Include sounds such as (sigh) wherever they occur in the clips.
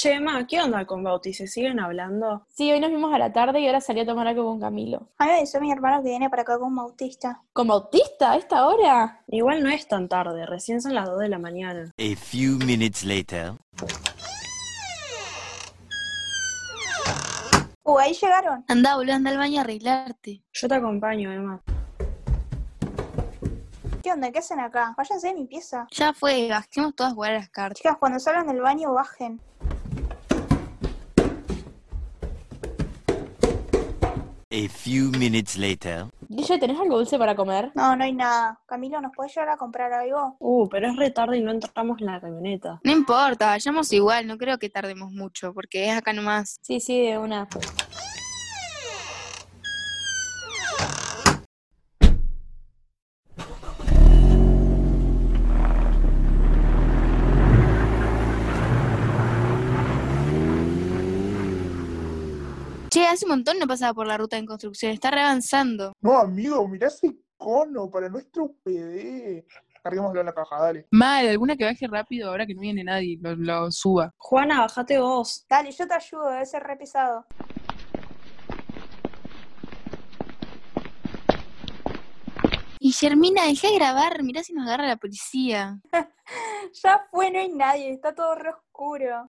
Chema, ¿qué onda con Bauti? ¿Se siguen hablando? Sí, hoy nos vimos a la tarde y ahora salí a tomar algo con Camilo. A mí me avisó mi hermano que viene para acá con un autista. ¿Con Bautista a esta hora? Igual no es tan tarde, recién son las 2 de la mañana. A few minutes later. Uh, ahí llegaron. Anda, boludo, anda al baño a arreglarte. Yo te acompaño, Emma. ¿Qué onda? ¿Qué hacen acá? Váyanse de mi pieza. Ya fue, bajemos todas a jugar a las cartas. Chicas, cuando salgan del baño, bajen. A few minutes later. Guille, ¿tenés algo dulce para comer? No, no hay nada. Camilo, ¿nos puedes llevar a comprar algo? Uh, pero es re tarde y no entramos en la camioneta. No importa, vayamos igual, no creo que tardemos mucho, porque es acá nomás. Sí, sí, de una. Che, hace un montón no pasaba por la ruta en construcción, está reavanzando. No, amigo, mirá ese cono para nuestro PD. Carguémoslo en la caja, dale. Mal, alguna que baje rápido ahora que no viene nadie, lo, lo suba. Juana, bajate vos. Dale, yo te ayudo, debe ser re pesado. (laughs) Y Germina, dejá de grabar, mirá si nos agarra la policía. Ya fue, no hay nadie, está todo re oscuro.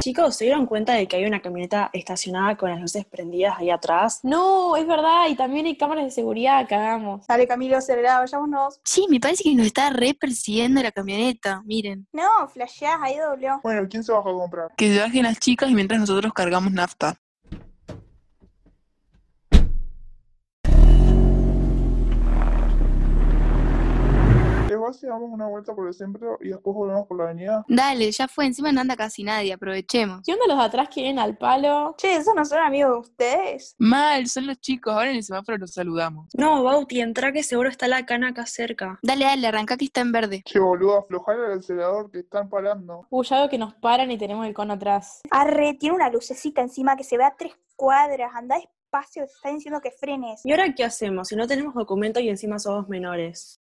Chicos, ¿se dieron cuenta de que hay una camioneta estacionada con las luces prendidas ahí atrás? No, es verdad, y también hay cámaras de seguridad, cagamos. Dale, Camilo, acelerá, vayámonos. Sí, me parece que nos está re persiguiendo la camioneta, miren. No, flasheás, ahí dobló. Bueno, ¿quién se bajó a comprar? Que se bajen las chicas mientras nosotros cargamos nafta. Les vas y damos una vuelta por el centro y después volvemos por la avenida. Dale, ya fue, encima no anda casi nadie, aprovechemos. ¿Qué onda los de atrás que vienen al palo? Che, ¿esos no son amigos de ustedes? Mal, son los chicos, ahora en el semáforo los saludamos. No, Bauti, entra que seguro está la cana acá cerca. Dale, dale, arranca que está en verde. Che, boludo, aflojar el acelerador que están parando. Uy, ya veo que nos paran y tenemos el cono atrás. Arre, tiene una lucecita encima que se ve a tres cuadras. Andá despacio, te está diciendo que frenes. ¿Y ahora qué hacemos si no tenemos documento y encima somos menores?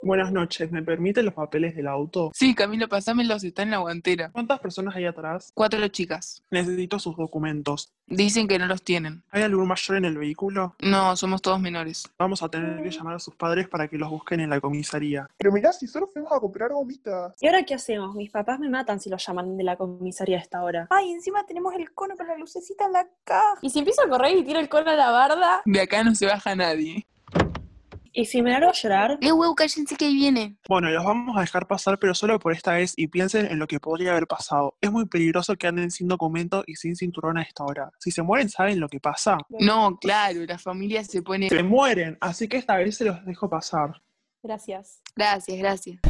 Buenas noches, ¿me permiten los papeles del auto? Sí, Camilo, pasámelos, está en la guantera. ¿Cuántas personas hay atrás? Cuatro chicas. Necesito sus documentos. Dicen que no los tienen. ¿Hay algún mayor en el vehículo? No, somos todos menores. Vamos a tener que llamar a sus padres para que los busquen en la comisaría. Pero mirá, si solo fuimos a comprar gomitas. ¿Y ahora qué hacemos? Mis papás me matan si los llaman de la comisaría a esta hora. Ay, encima tenemos el cono con la lucecita en la caja. ¿Y si empiezo a correr y tiro el cono a la barda? De acá no se baja nadie. ¿Y si me largo a llorar? Eh, huevo, cállense que ahí viene. Bueno, los vamos a dejar pasar, pero solo por esta vez y piensen en lo que podría haber pasado. Es muy peligroso que anden sin documento y sin cinturón a esta hora. Si se mueren, ¿saben lo que pasa? No, claro, la familia se pone... Se mueren, así que esta vez se los dejo pasar. Gracias. Gracias, gracias.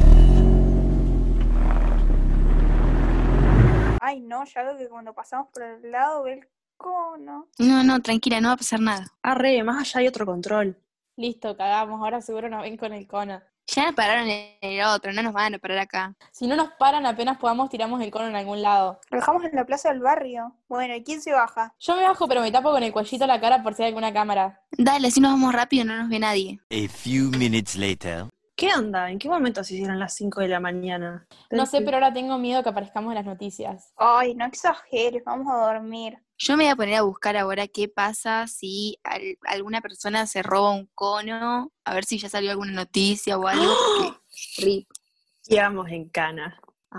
Ay, no, ya veo que cuando pasamos por el lado ve el cono. No, no, tranquila, no va a pasar nada. Arre, más allá hay otro control. Listo, cagamos, ahora seguro nos ven con el cono. Ya nos pararon en el otro, no nos van a parar acá. Si no nos paran, apenas podamos tiramos el cono en algún lado. Lo dejamos en la plaza del barrio. Bueno, ¿y quién se baja? Yo me bajo, pero me tapo con el cuellito la cara por si hay alguna cámara. Dale, así nos vamos rápido, no nos ve nadie. A few minutes later. ¿Qué onda? ¿En qué momento se hicieron las 5 de la mañana? No sé, pero ahora tengo miedo que aparezcamos en las noticias. Ay, no exageres, vamos a dormir. Yo me voy a poner a buscar ahora qué pasa si al- alguna persona se roba un cono, a ver si ya salió alguna noticia o algo. porque- Ri. Quedamos en cana.